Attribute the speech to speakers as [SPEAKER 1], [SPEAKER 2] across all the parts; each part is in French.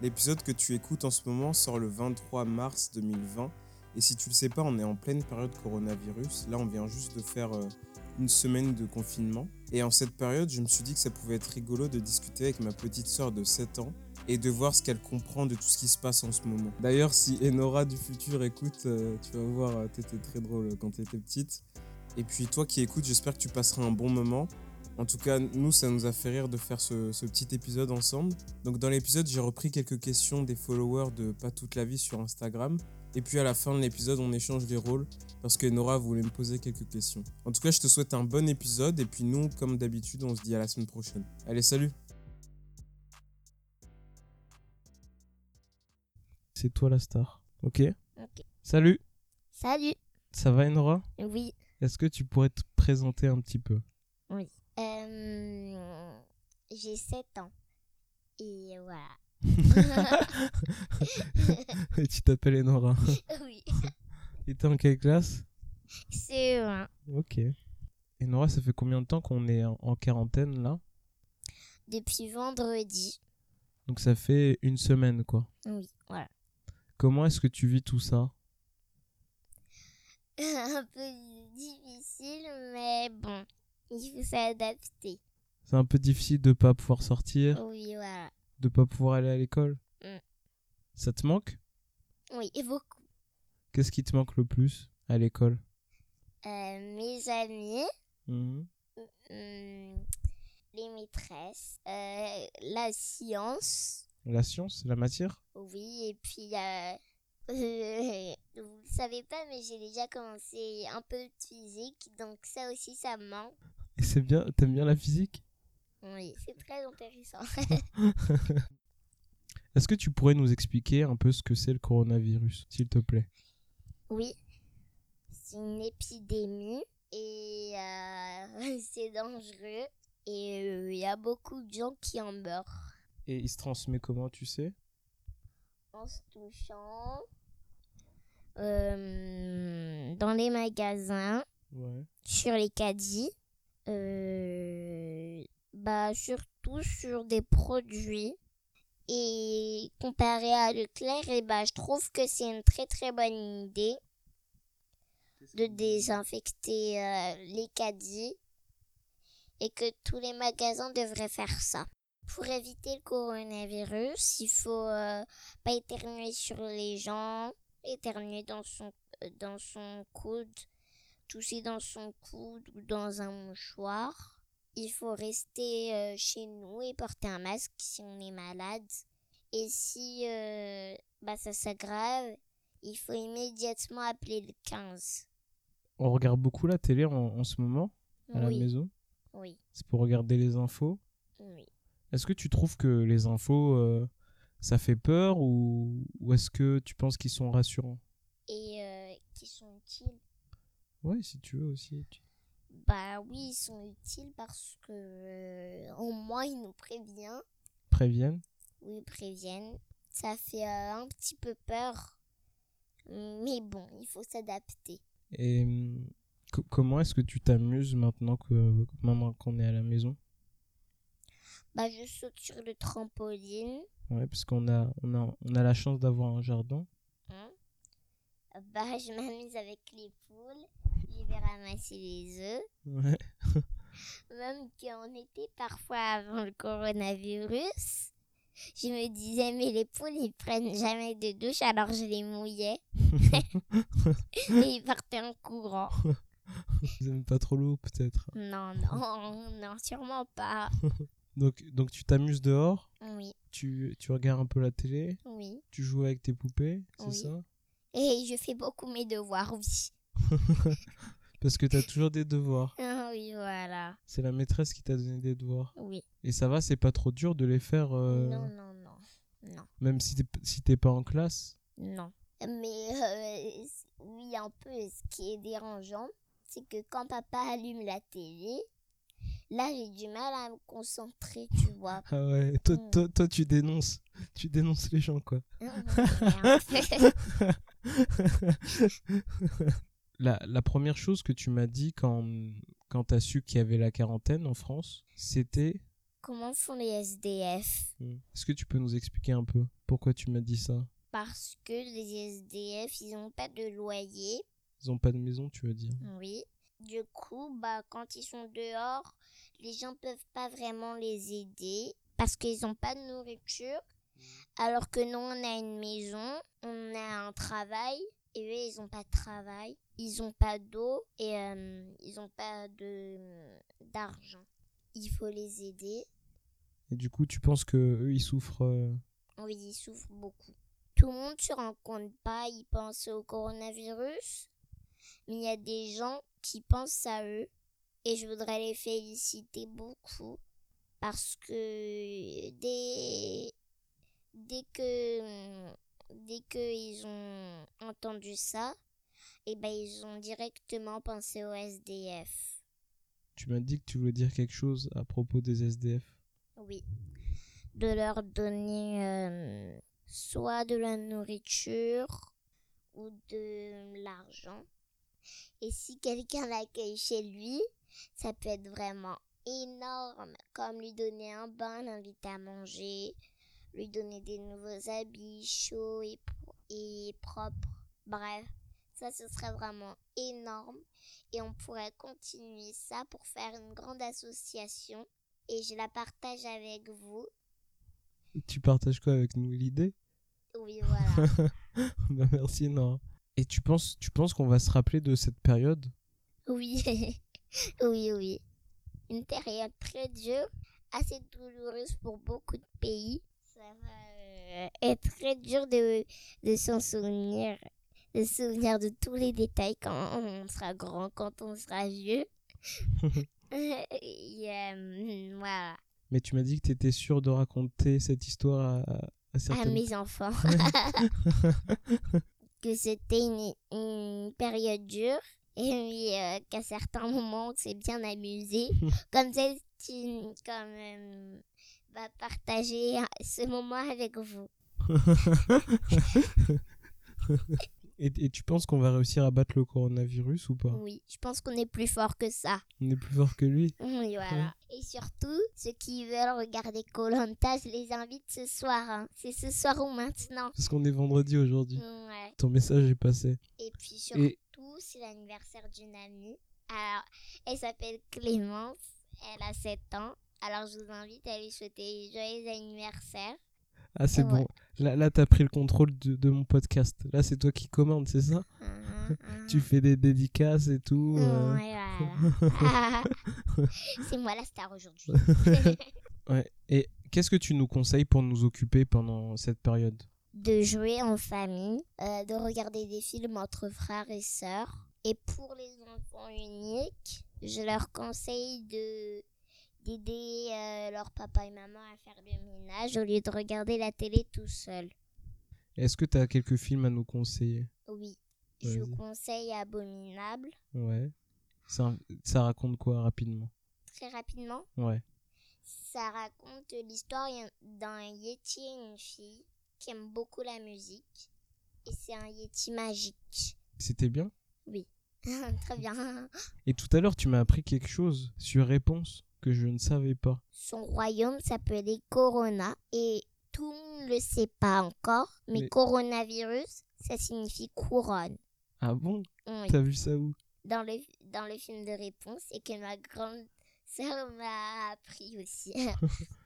[SPEAKER 1] L'épisode que tu écoutes en ce moment sort le 23 mars 2020. Et si tu le sais pas, on est en pleine période coronavirus. Là, on vient juste de faire euh, une semaine de confinement. Et en cette période, je me suis dit que ça pouvait être rigolo de discuter avec ma petite sœur de 7 ans et de voir ce qu'elle comprend de tout ce qui se passe en ce moment. D'ailleurs, si Enora du futur écoute, euh, tu vas voir, euh, t'étais très drôle quand t'étais petite. Et puis toi qui écoutes, j'espère que tu passeras un bon moment. En tout cas, nous, ça nous a fait rire de faire ce, ce petit épisode ensemble. Donc dans l'épisode, j'ai repris quelques questions des followers de Pas toute la vie sur Instagram. Et puis à la fin de l'épisode, on échange les rôles parce que Nora voulait me poser quelques questions. En tout cas, je te souhaite un bon épisode et puis nous, comme d'habitude, on se dit à la semaine prochaine. Allez, salut
[SPEAKER 2] C'est toi la star. Ok
[SPEAKER 3] Ok.
[SPEAKER 2] Salut,
[SPEAKER 3] Salut.
[SPEAKER 2] ça va Enora
[SPEAKER 3] Oui.
[SPEAKER 2] Est-ce que tu pourrais te présenter un petit peu
[SPEAKER 3] Euh, j'ai 7 ans. Et voilà.
[SPEAKER 2] Et tu t'appelles Enora.
[SPEAKER 3] oui.
[SPEAKER 2] Et t'es en quelle classe
[SPEAKER 3] C'est un.
[SPEAKER 2] Ok. Enora, ça fait combien de temps qu'on est en en quarantaine là
[SPEAKER 3] Depuis vendredi.
[SPEAKER 2] Donc ça fait une semaine quoi.
[SPEAKER 3] Oui, voilà.
[SPEAKER 2] Comment est-ce que tu vis tout ça
[SPEAKER 3] un peu difficile, mais bon. Il faut s'adapter.
[SPEAKER 2] C'est un peu difficile de pas pouvoir sortir,
[SPEAKER 3] Oui, voilà.
[SPEAKER 2] de pas pouvoir aller à l'école.
[SPEAKER 3] Mm.
[SPEAKER 2] Ça te manque
[SPEAKER 3] Oui, et beaucoup.
[SPEAKER 2] Qu'est-ce qui te manque le plus à l'école
[SPEAKER 3] Euh, mes amis,
[SPEAKER 2] Mhm.
[SPEAKER 3] hum, les maîtresses, euh, la science.
[SPEAKER 2] La science, la matière
[SPEAKER 3] Oui, et puis, euh, euh, vous ne savez pas, mais j'ai déjà commencé un peu de physique, donc ça aussi, ça me manque.
[SPEAKER 2] Et c'est bien, t'aimes bien la physique
[SPEAKER 3] Oui, c'est très intéressant.
[SPEAKER 2] Est-ce que tu pourrais nous expliquer un peu ce que c'est le coronavirus, s'il te plaît
[SPEAKER 3] Oui, c'est une épidémie et euh, c'est dangereux. Et euh, il y a beaucoup de gens qui en meurent
[SPEAKER 2] Et il se transmet comment, tu sais
[SPEAKER 3] en se touchant, euh, dans les magasins.
[SPEAKER 2] Ouais.
[SPEAKER 3] sur les caddies, euh, bah surtout sur des produits. Et comparé à Leclerc, et bah, je trouve que c'est une très très bonne idée de désinfecter euh, les caddies et que tous les magasins devraient faire ça. Pour éviter le coronavirus, il faut euh, pas éternuer sur les gens, éternuer dans son, dans son coude tousser dans son coude ou dans un mouchoir. Il faut rester euh, chez nous et porter un masque si on est malade. Et si euh, bah, ça s'aggrave, il faut immédiatement appeler le 15.
[SPEAKER 2] On regarde beaucoup la télé en, en ce moment, à la
[SPEAKER 3] oui,
[SPEAKER 2] maison.
[SPEAKER 3] oui,
[SPEAKER 2] C'est pour regarder les infos.
[SPEAKER 3] oui.
[SPEAKER 2] Est-ce que tu trouves que les infos, euh, ça fait peur ou, ou est-ce que tu penses qu'ils sont rassurants
[SPEAKER 3] Et euh, qui sont utiles
[SPEAKER 2] Ouais, si tu veux aussi. tu-
[SPEAKER 3] Bah oui, ils sont utiles parce que euh, au moins ils nous préviennent.
[SPEAKER 2] Préviennent.
[SPEAKER 3] Oui, ils préviennent. Ça fait euh, un petit peu peur. Mais bon, il faut s'adapter.
[SPEAKER 2] Et hum, co- comment est-ce que tu t'amuses maintenant que maintenant qu'on est à la maison
[SPEAKER 3] Bah, je saute sur le trampoline.
[SPEAKER 2] Ouais, parce qu'on a, on a, on a la chance d'avoir un jardin.
[SPEAKER 3] hein. Bah, je m'amuse avec les poules. Je vais ramasser les œufs.
[SPEAKER 2] Ouais.
[SPEAKER 3] Même qu'en été, parfois avant le coronavirus, je me disais, mais les poules, ils prennent jamais de douche, alors je les mouillais. Et ils partaient en courant.
[SPEAKER 2] Ils aiment pas trop l'eau, peut-être.
[SPEAKER 3] Non, non, non, sûrement pas.
[SPEAKER 2] Donc, donc tu t'amuses dehors
[SPEAKER 3] Oui,
[SPEAKER 2] tu, tu regardes un peu la télé,
[SPEAKER 3] oui.
[SPEAKER 2] tu joues avec tes poupées, c'est
[SPEAKER 3] Oui.
[SPEAKER 2] ça
[SPEAKER 3] Et je fais beaucoup mes devoirs, oui.
[SPEAKER 2] Parce que t'as toujours des devoirs.
[SPEAKER 3] Ah oui, voilà.
[SPEAKER 2] C'est la maîtresse qui t'a donné des devoirs.
[SPEAKER 3] Oui.
[SPEAKER 2] Et ça va, c'est pas trop dur de les faire, euh,
[SPEAKER 3] Non, non, non. Non.
[SPEAKER 2] même si t'es si t'es pas en classe.
[SPEAKER 3] Non. Mais euh, oui, un peu, ce qui est dérangeant, c'est que quand papa allume la télé, là, j'ai du mal à me concentrer, tu vois.
[SPEAKER 2] Ah ouais, toi,
[SPEAKER 3] Mm.
[SPEAKER 2] toi, toi, tu dénonces. Tu dénonces les gens, quoi.
[SPEAKER 3] Ah,
[SPEAKER 2] La, la première chose que tu m'as dit quand, quand t'as su qu'il y avait la quarantaine en France, c'était
[SPEAKER 3] Comment font les SDF
[SPEAKER 2] Mm. Est-ce que tu peux nous expliquer un peu pourquoi tu m'as dit ça
[SPEAKER 3] Parce que les SDF, ils n'ont pas de loyer.
[SPEAKER 2] Ils ont pas de maison, tu veux dire
[SPEAKER 3] Oui. Du coup, bah, quand ils sont dehors, les gens peuvent pas vraiment les aider parce qu'ils n'ont pas de nourriture. Alors que nous, on a une maison, on a un travail, et eux, ils n'ont pas de travail, ils n'ont pas d'eau et euh, ils n'ont pas de euh, d'argent. Il faut les aider.
[SPEAKER 2] Et du coup, tu penses que eux, ils souffrent euh,
[SPEAKER 3] Oui, ils souffrent beaucoup. Tout le monde se rend compte pas, ils pensent au coronavirus, mais il y a des gens qui pensent à eux et je voudrais les féliciter beaucoup parce que dès, dès que dès que ils ont entendu ça, et ben ils ont directement pensé au SDF.
[SPEAKER 2] Tu m'as dit que tu voulais dire quelque chose à propos des SDF.
[SPEAKER 3] Oui. De leur donner euh, soit de la nourriture ou de l'argent. Et si quelqu'un l'accueille chez lui, ça peut être vraiment énorme, comme lui donner un bain, l'inviter à manger, lui donner des nouveaux habits chauds et, pro- et propres. Bref, ça ce serait vraiment énorme et on pourrait continuer ça pour faire une grande association et je la partage avec vous.
[SPEAKER 2] Tu partages quoi avec nous l'idée
[SPEAKER 3] Oui, voilà.
[SPEAKER 2] Bah merci, non. Et tu penses, tu penses qu'on va se rappeler de cette période
[SPEAKER 3] oui, oui, oui. Une période très dure, assez douloureuse pour beaucoup de pays. Ça va euh, être très dur de, de s'en souvenir, de se souvenir de tous les détails quand on sera grand, quand on sera vieux. Et, euh, voilà.
[SPEAKER 2] Mais tu m'as dit que tu étais sûr de raconter cette histoire à, à, à
[SPEAKER 3] à
[SPEAKER 2] certaines...
[SPEAKER 3] mes enfants. que c'était une, une période dure et puis, euh, qu'à certains moments on s'est bien amusé. comme celle-ci, comme euh, va partager euh, ce moment avec vous.
[SPEAKER 2] et, et tu penses qu'on va réussir à battre le coronavirus ou pas
[SPEAKER 3] Oui, je pense qu'on est plus fort que ça.
[SPEAKER 2] On est plus fort que lui
[SPEAKER 3] Oui, voilà. Et surtout, ceux qui veulent regarder Colanta, je les invite ce soir. hein. C'est ce soir ou maintenant.
[SPEAKER 2] Parce qu'on est vendredi aujourd'hui.
[SPEAKER 3] Ouais.
[SPEAKER 2] Ton message est passé.
[SPEAKER 3] Et puis surtout, c'est l'anniversaire d'une amie. Alors, elle s'appelle Clémence, elle a 7 ans. Alors, je vous invite à lui souhaiter joyeux anniversaire.
[SPEAKER 2] Ah, c'est
[SPEAKER 3] Ouais.
[SPEAKER 2] bon. Là, là t'as pris le contrôle de, de mon podcast. Là, c'est toi qui commandes, c'est ça Tu fais des dédicaces et tout. euh.
[SPEAKER 3] Ouais, voilà. c'est moi la star aujourd'hui.
[SPEAKER 2] Ouais. Et qu'est-ce que tu nous conseilles pour nous occuper pendant cette période
[SPEAKER 3] de jouer en famille, euh, de regarder des films entre frères et sœurs. Et pour les enfants uniques, je leur conseille de d'aider euh, leur papa et maman à faire le ménage au lieu de regarder la télé tout seul.
[SPEAKER 2] Est-ce que t'as quelques films à nous conseiller
[SPEAKER 3] Oui, je vous
[SPEAKER 2] Vas-y.
[SPEAKER 3] conseille Abominable.
[SPEAKER 2] Ouais. Ça, ça raconte quoi rapidement
[SPEAKER 3] Très rapidement,
[SPEAKER 2] Ouais.
[SPEAKER 3] ça raconte l'histoire y- d'un yéti et une fille qui aime beaucoup la musique. Et c'est un yéti magique.
[SPEAKER 2] C'était bien
[SPEAKER 3] Très bien.
[SPEAKER 2] Et tout à l'heure, tu m'as appris quelque chose sur réponse que je ne savais pas.
[SPEAKER 3] Son royaume s'appelait Corona et tout le monde ne le sait pas encore, mais,
[SPEAKER 2] Mais-
[SPEAKER 3] coronavirus, ça signifie couronne.
[SPEAKER 2] Ah bon
[SPEAKER 3] Oui,
[SPEAKER 2] T'as vu ça où
[SPEAKER 3] dans, le, dans le film de réponse et que ma grande sœur m'a appris aussi.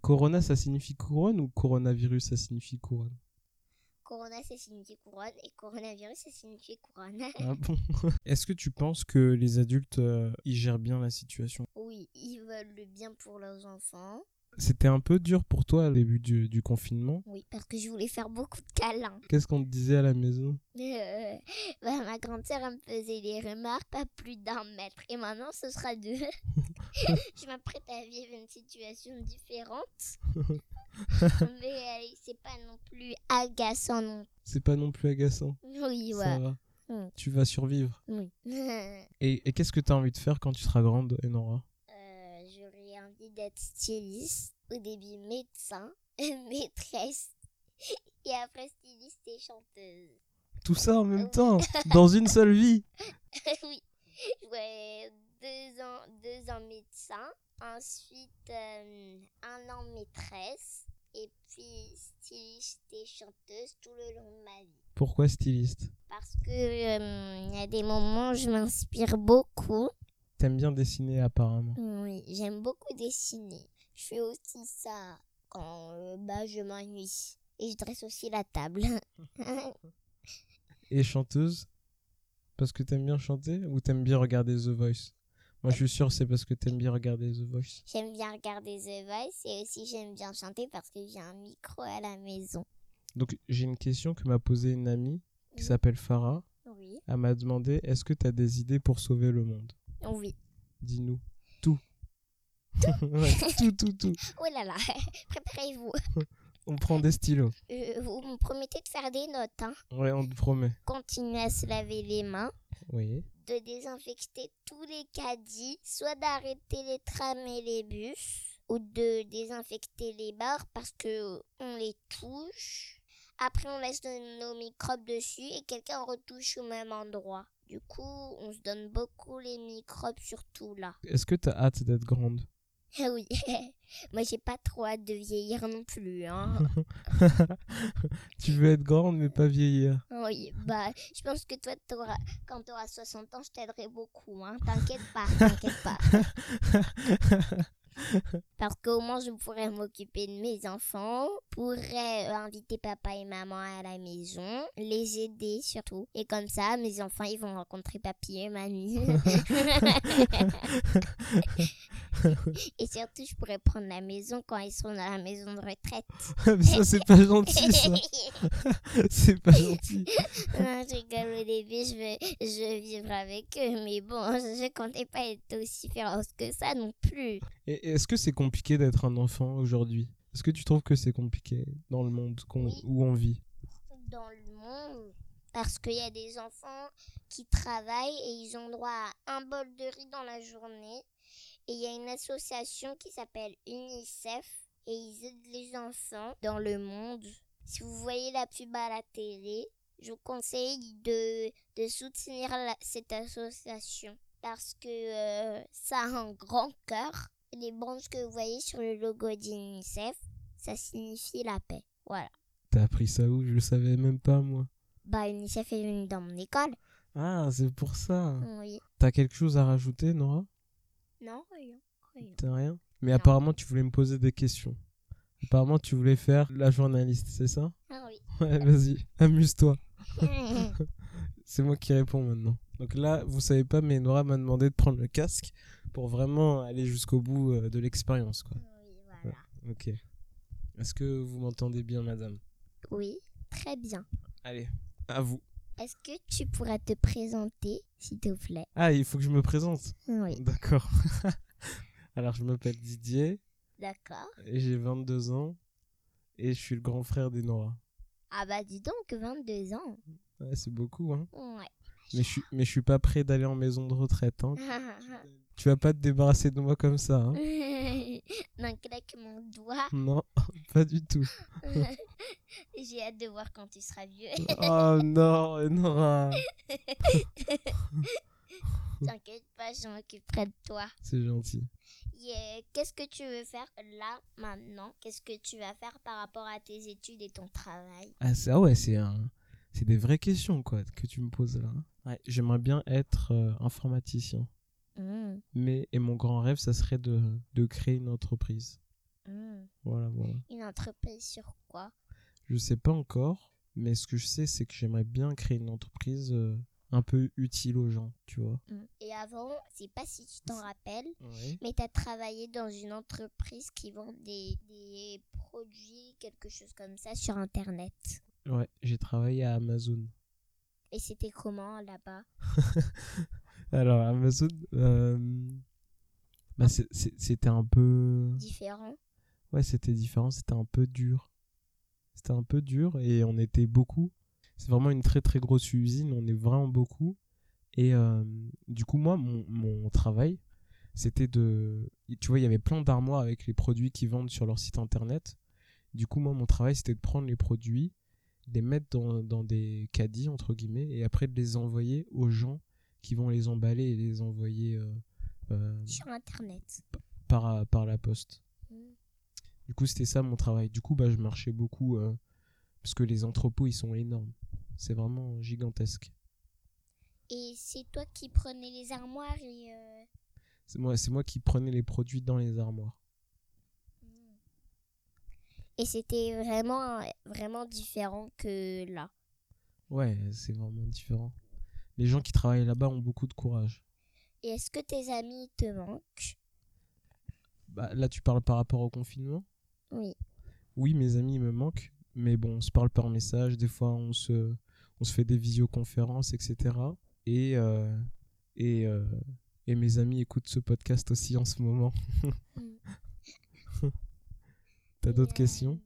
[SPEAKER 2] Corona, ça signifie couronne ou coronavirus, ça signifie couronne
[SPEAKER 3] corona, ça signifie couronne et coronavirus, ça signifie couronne.
[SPEAKER 2] Ah bon Est-ce que tu penses que les adultes, euh, ils gèrent bien la situation
[SPEAKER 3] oui, ils veulent le bien pour leurs enfants.
[SPEAKER 2] C'était un peu dur pour toi au début du, du confinement.
[SPEAKER 3] Oui, parce que je voulais faire beaucoup de câlins.
[SPEAKER 2] Qu'est-ce qu'on te disait à la maison
[SPEAKER 3] Euh, bah, ma grande sœur elle me faisait des remarques pas plus d'un mètre. Et maintenant, ce sera deux. je m'apprête à vivre une situation différente. Mais euh, c'est pas non plus agaçant non
[SPEAKER 2] C'est pas non plus agaçant.
[SPEAKER 3] Oui,
[SPEAKER 2] Ça
[SPEAKER 3] ouais.
[SPEAKER 2] va.
[SPEAKER 3] Mm.
[SPEAKER 2] Tu vas survivre.
[SPEAKER 3] Oui. Euh,
[SPEAKER 2] Et, et qu'est-ce que t'as envie de faire quand tu seras grande, Enora
[SPEAKER 3] Euh, J'aurais envie d'être styliste. Au début, médecin, maîtresse. Et après, styliste et chanteuse. Euh.
[SPEAKER 2] Tout ça en même temps, dans une seule vie.
[SPEAKER 3] oui. Ouais, deux ans, deux ans médecin, ensuite euh, un an maîtresse, et puis styliste et chanteuse tout le long de ma vie.
[SPEAKER 2] Pourquoi styliste
[SPEAKER 3] Parce que euh, il y a des moments, je m'inspire beaucoup.
[SPEAKER 2] T'aimes bien dessiner apparemment.
[SPEAKER 3] Oui, j'aime beaucoup dessiner. Je fais aussi ça quand euh, bah, je m'ennuie. Et je dresse aussi la table.
[SPEAKER 2] Et chanteuse Parce que t'aimes bien chanter ou t'aimes bien regarder The Voice Moi je suis sûr c'est parce que t'aimes bien regarder The Voice.
[SPEAKER 3] j'aime bien regarder The Voice et aussi j'aime bien chanter parce que j'ai un micro à la maison.
[SPEAKER 2] Donc j'ai une question que m'a posée une amie qui
[SPEAKER 3] Mhm.
[SPEAKER 2] s'appelle Farah.
[SPEAKER 3] Oui.
[SPEAKER 2] Elle m'a demandé est-ce que t'as des idées pour sauver le monde
[SPEAKER 3] Oui.
[SPEAKER 2] Dis-nous. Tout. Ouais, tout, tout, tout.
[SPEAKER 3] Oh là là, préparez-vous.
[SPEAKER 2] On prend des stylos.
[SPEAKER 3] Euh, vous me promettez de faire des notes. Hein.
[SPEAKER 2] Ouais, on te promet.
[SPEAKER 3] Continuez à se laver les mains.
[SPEAKER 2] Oui.
[SPEAKER 3] de désinfecter tous les caddies, soit d'arrêter les trams et les bus, ou de désinfecter les bars parce que euh, on les touche. Après, on laisse de- nos microbes dessus et quelqu'un retouche au même endroit. Du coup, on se donne beaucoup les microbes, surtout là.
[SPEAKER 2] Est-ce que t'as hâte d'être grande
[SPEAKER 3] Ah oui, moi j'ai pas trop hâte de vieillir non plus. Hein.
[SPEAKER 2] Tu veux être grande mais pas vieillir.
[SPEAKER 3] Oui, bah, je pense que toi, t'auras- quand tu auras 60 ans, je t'aiderai beaucoup. Hein. T'inquiète pas, t'inquiète pas. Parce qu'au moins, je pourrais m'occuper de mes enfants, pourrais euh, inviter papa et maman à la maison, les aider surtout. Et comme ça, mes enfants, ils vont rencontrer papy et mamie. et surtout, je pourrais prendre la maison quand ils seront dans la maison de retraite.
[SPEAKER 2] Mais ça c'est pas gentil ça. C'est pas gentil.
[SPEAKER 3] Non, je rigole, au début, je vais, je vais vivre avec eux, mais bon, je comptais pas être aussi féroce que ça non plus.
[SPEAKER 2] Et est-ce que c'est compliqué d'être un enfant aujourd'hui Est-ce que tu trouves que c'est compliqué dans le monde qu'on-
[SPEAKER 3] Oui.
[SPEAKER 2] où on vit
[SPEAKER 3] Dans le monde, parce qu'il y a des enfants qui travaillent et ils ont droit à un bol de riz dans la journée. Et il y a une association qui s'appelle UNICEF et ils aident les enfants dans le monde. Si vous voyez la pub à la télé, je vous conseille de, de soutenir la- cette association parce que euh, ça a un grand cœur. Les branches que vous voyez sur le logo d'UNICEF, ça signifie la paix. Voilà.
[SPEAKER 2] T'as appris ça où Je le savais même pas moi.
[SPEAKER 3] Bah, UNICEF est venu dans mon école.
[SPEAKER 2] Ah, c'est pour ça.
[SPEAKER 3] Oui.
[SPEAKER 2] T'as quelque chose à rajouter, Nora
[SPEAKER 3] Non, rien. rien.
[SPEAKER 2] T'as rien Mais
[SPEAKER 3] Non.
[SPEAKER 2] apparemment, tu voulais me poser des questions. Apparemment, tu voulais faire la journaliste, c'est ça
[SPEAKER 3] Ah oui.
[SPEAKER 2] Ouais, vas-y, amuse-toi. C'est moi qui réponds maintenant. Donc là, vous savez pas, mais Nora m'a demandé de prendre le casque pour vraiment aller jusqu'au bout euh, de l'expérience, quoi.
[SPEAKER 3] oui, voilà.
[SPEAKER 2] Ok. Est-ce que vous m'entendez bien, madame
[SPEAKER 3] Oui, très bien.
[SPEAKER 2] Allez, à vous.
[SPEAKER 3] Est-ce que tu pourras te présenter, s'il te plaît
[SPEAKER 2] Ah, il faut que je me présente.
[SPEAKER 3] Oui,
[SPEAKER 2] D'accord. Alors, je m'appelle Didier,
[SPEAKER 3] d'accord.
[SPEAKER 2] et j'ai 22 ans, et je suis le grand frère des Nora.
[SPEAKER 3] Ah bah dis donc, 22 ans.
[SPEAKER 2] Ouais, c'est beaucoup, hein.
[SPEAKER 3] Ouais.
[SPEAKER 2] Mais je suis, mais je suis pas prêt d'aller en maison de retraite, hein. Tu vas pas te débarrasser de moi comme ça, hein.
[SPEAKER 3] D'un claquement de doigt,
[SPEAKER 2] Non, pas du tout.
[SPEAKER 3] j'ai hâte de voir quand tu seras vieux.
[SPEAKER 2] Oh non, Nora.
[SPEAKER 3] T'inquiète pas, je m'occuperai de toi.
[SPEAKER 2] C'est gentil.
[SPEAKER 3] Et, euh, Qu'est-ce que tu veux faire là, maintenant Qu'est-ce que tu vas faire par rapport à tes études et ton travail
[SPEAKER 2] Ah, ça, ouais, c'est un... C'est des vraies questions, quoi, que tu me poses là. Ouais, j'aimerais bien être euh, informaticien.
[SPEAKER 3] Hmm,
[SPEAKER 2] Mais, et mon grand rêve, ça serait de, de créer une entreprise.
[SPEAKER 3] hmm.
[SPEAKER 2] Voilà, voilà.
[SPEAKER 3] Une entreprise sur quoi
[SPEAKER 2] Je sais pas encore, mais ce que je sais, c'est que j'aimerais bien créer une entreprise euh, un peu utile aux gens, tu vois.
[SPEAKER 3] Et avant, c'est pas si tu t'en rappelles, mais t'as travaillé dans une entreprise qui vend des, des produits, quelque chose comme ça, sur Internet.
[SPEAKER 2] Ouais, j'ai travaillé à Amazon.
[SPEAKER 3] Et c'était comment là-bas
[SPEAKER 2] Alors, Amazon, euh, bah, c'est- c'est- c'était un peu.
[SPEAKER 3] Différent
[SPEAKER 2] Ouais, c'était différent, c'était un peu dur. C'était un peu dur et on était beaucoup. C'est vraiment une très très grosse usine, on est vraiment beaucoup. Et euh, du coup, moi, mon, mon travail, c'était de... Tu vois, il y avait plein d'armoires avec les produits qu'ils vendent sur leur site internet. Du coup, moi, mon travail, c'était de prendre les produits, de les mettre dans, dans des caddies, entre guillemets, et après de les envoyer aux gens qui vont les emballer et les envoyer euh, euh,
[SPEAKER 3] sur Internet.
[SPEAKER 2] par, euh, par la poste.
[SPEAKER 3] Mm.
[SPEAKER 2] Du coup, c'était ça mon travail. Du coup, bah, je marchais beaucoup euh, parce que les entrepôts, ils sont énormes. C'est vraiment gigantesque.
[SPEAKER 3] Et c'est toi qui prenais les armoires et... euh,
[SPEAKER 2] C'est moi, c'est moi qui prenais les produits dans les armoires.
[SPEAKER 3] Et c'était vraiment, vraiment différent que là.
[SPEAKER 2] Ouais, c'est vraiment différent. Les gens qui travaillent là-bas ont beaucoup de courage.
[SPEAKER 3] Et est-ce que tes amis te manquent
[SPEAKER 2] Bah, là, tu parles par rapport au confinement
[SPEAKER 3] Oui.
[SPEAKER 2] Oui, mes amis, ils me manquent. Mais bon, on se parle par message. Des fois, on se, on se fait des visioconférences, etc. Et, euh, et, euh, et mes amis écoutent ce podcast aussi en ce moment. T'as d'autres
[SPEAKER 3] Et, euh,
[SPEAKER 2] questions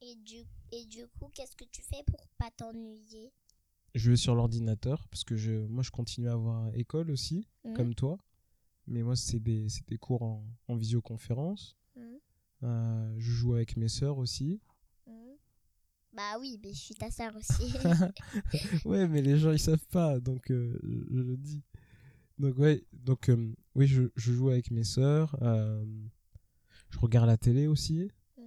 [SPEAKER 3] Et du, et du coup, qu'est-ce que tu fais pour pas t'ennuyer
[SPEAKER 2] je vais sur l'ordinateur parce que je, moi je continue à avoir école aussi,
[SPEAKER 3] Mhm.
[SPEAKER 2] comme toi. Mais moi c'est des, c'est des cours en, en visioconférence.
[SPEAKER 3] Mhm.
[SPEAKER 2] Euh, je joue avec mes sœurs aussi.
[SPEAKER 3] Hmm. Bah oui, mais je suis ta sœur aussi.
[SPEAKER 2] ouais, mais les gens ils savent pas, donc euh, je je le dis. Donc ouais, donc euh, oui, je, je joue avec mes sœurs. euh, je regarde la télé aussi.
[SPEAKER 3] Hmm,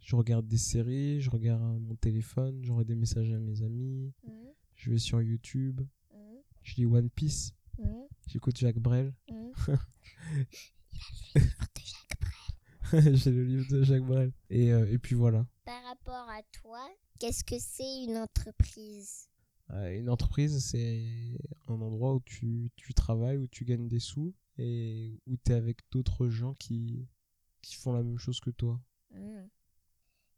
[SPEAKER 2] Je regarde des séries. Je regarde euh, mon téléphone. J'envoie des messages à mes amis.
[SPEAKER 3] hmm,
[SPEAKER 2] Je vais sur YouTube.
[SPEAKER 3] hmm,
[SPEAKER 2] Je lis One Piece.
[SPEAKER 3] hmm,
[SPEAKER 2] J'écoute Jacques Brel.
[SPEAKER 3] hmm.
[SPEAKER 2] J'ai le livre de Jacques Brel. Et, euh, et puis voilà.
[SPEAKER 3] Par rapport à toi, qu'est-ce que c'est une entreprise
[SPEAKER 2] Euh, une entreprise, c'est un endroit où tu, tu travailles, où tu gagnes des sous et où tu es avec d'autres gens qui, qui font la même chose que toi. Mmh.
[SPEAKER 3] Hmm.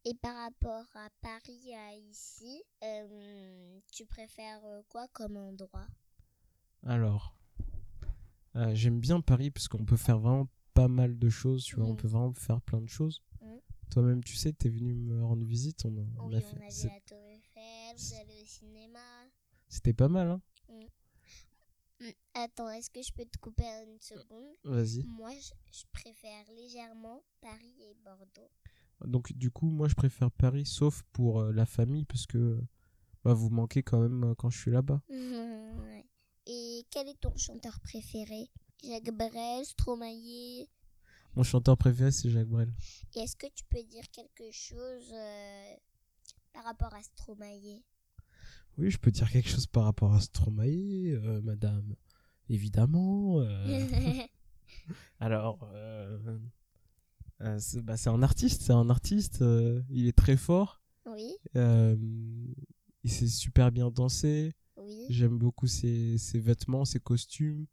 [SPEAKER 3] Et par rapport à Paris, à ici, euh, tu préfères euh, quoi comme endroit
[SPEAKER 2] Alors, euh, j'aime bien Paris parce qu'on peut faire vraiment pas mal de choses, tu vois, on
[SPEAKER 3] Mhm.
[SPEAKER 2] peut vraiment faire plein de choses.
[SPEAKER 3] Mhm.
[SPEAKER 2] Toi-même, tu sais, tu es venu me rendre visite. On, a- on
[SPEAKER 3] Oui,
[SPEAKER 2] a
[SPEAKER 3] on
[SPEAKER 2] fait-
[SPEAKER 3] a vu
[SPEAKER 2] Bah, c'est-
[SPEAKER 3] la Tour Eiffel, vous allez au cinéma.
[SPEAKER 2] C'était pas mal, hein
[SPEAKER 3] Hmm, Attends, est-ce que je peux te couper une seconde
[SPEAKER 2] Vas-y.
[SPEAKER 3] Moi, je, je préfère légèrement Paris et Bordeaux.
[SPEAKER 2] Donc du coup, moi je préfère Paris sauf pour euh, la famille parce que euh, bah, vous manquez quand même euh, quand je suis là-bas.
[SPEAKER 3] Ouais. Et quel est ton chanteur préféré Jacques Brel, Stromae
[SPEAKER 2] Mon chanteur préféré c'est Jacques Brel.
[SPEAKER 3] Et est-ce que tu peux dire quelque chose euh, par rapport à Stromae
[SPEAKER 2] Oui, je peux dire quelque chose par rapport à Stromae, euh, madame. Évidemment. euh, alors, euh, euh, c'est bah, c'est un artiste, c'est un artiste. euh, il est très fort.
[SPEAKER 3] Oui,
[SPEAKER 2] euh, il s'est super bien dansé.
[SPEAKER 3] oui.
[SPEAKER 2] J'aime beaucoup ses, ses vêtements, ses costumes.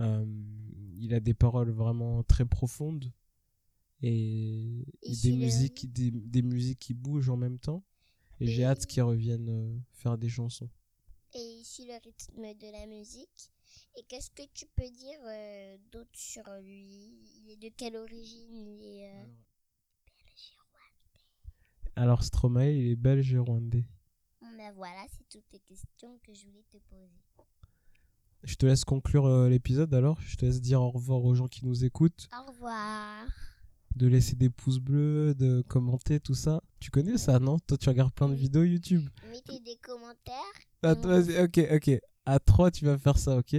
[SPEAKER 2] Euh, il a des paroles vraiment très profondes et, et
[SPEAKER 3] sur
[SPEAKER 2] des,
[SPEAKER 3] le-
[SPEAKER 2] musiques, des, des musiques qui bougent en même temps. Et j'ai
[SPEAKER 3] Et-
[SPEAKER 2] hâte qu'il revienne euh, faire des chansons.
[SPEAKER 3] Et ici le rythme de la musique. Et qu'est-ce que tu peux dire euh, d'autre sur lui Il est de quelle origine Il est. euh,
[SPEAKER 2] Alors Stromae, il est belge et rwandais.
[SPEAKER 3] Bon, ben voilà, c'est toutes les questions que je voulais te poser.
[SPEAKER 2] Je te laisse conclure euh, l'épisode alors. Je te laisse dire au revoir aux gens qui nous écoutent,
[SPEAKER 3] Au revoir.
[SPEAKER 2] de laisser des pouces bleus, de commenter, tout ça. Tu connais ça, non Toi, tu regardes plein de
[SPEAKER 3] Oui.
[SPEAKER 2] vidéos YouTube.
[SPEAKER 3] Mettez des commentaires.
[SPEAKER 2] Ah,
[SPEAKER 3] Mm.
[SPEAKER 2] toi, c'est- ok, ok. À 3, tu vas faire ça, ok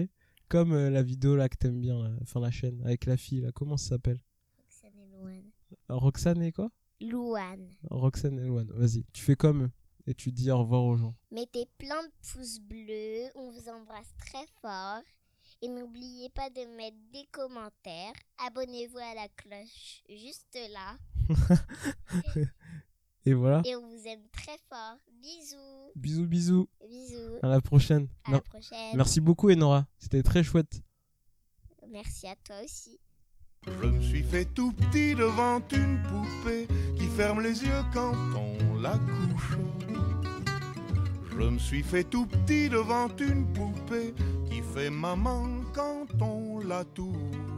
[SPEAKER 2] Comme euh, la vidéo là que t'aimes bien, là, enfin la chaîne, avec la fille là, comment ça s'appelle
[SPEAKER 3] Roxane et Louane.
[SPEAKER 2] Roxane et quoi
[SPEAKER 3] Louane.
[SPEAKER 2] Roxane et Loane, vas-y. Tu fais comme eux et tu dis au revoir aux gens.
[SPEAKER 3] Mettez plein de pouces bleus, on vous embrasse très fort. Et n'oubliez pas de mettre des commentaires. Abonnez-vous à la cloche juste là.
[SPEAKER 2] Et voilà.
[SPEAKER 3] Et on vous aime très fort. Bisous.
[SPEAKER 2] Bisous, bisous.
[SPEAKER 3] Bisous.
[SPEAKER 2] À la prochaine.
[SPEAKER 3] À
[SPEAKER 2] Non.
[SPEAKER 3] la prochaine.
[SPEAKER 2] Merci beaucoup, Enora. C'était très chouette.
[SPEAKER 3] Merci à toi aussi.
[SPEAKER 4] Je me suis fait tout petit devant une poupée qui ferme les yeux quand on la couche. Je me suis fait tout petit devant une poupée qui fait maman quand on la touche.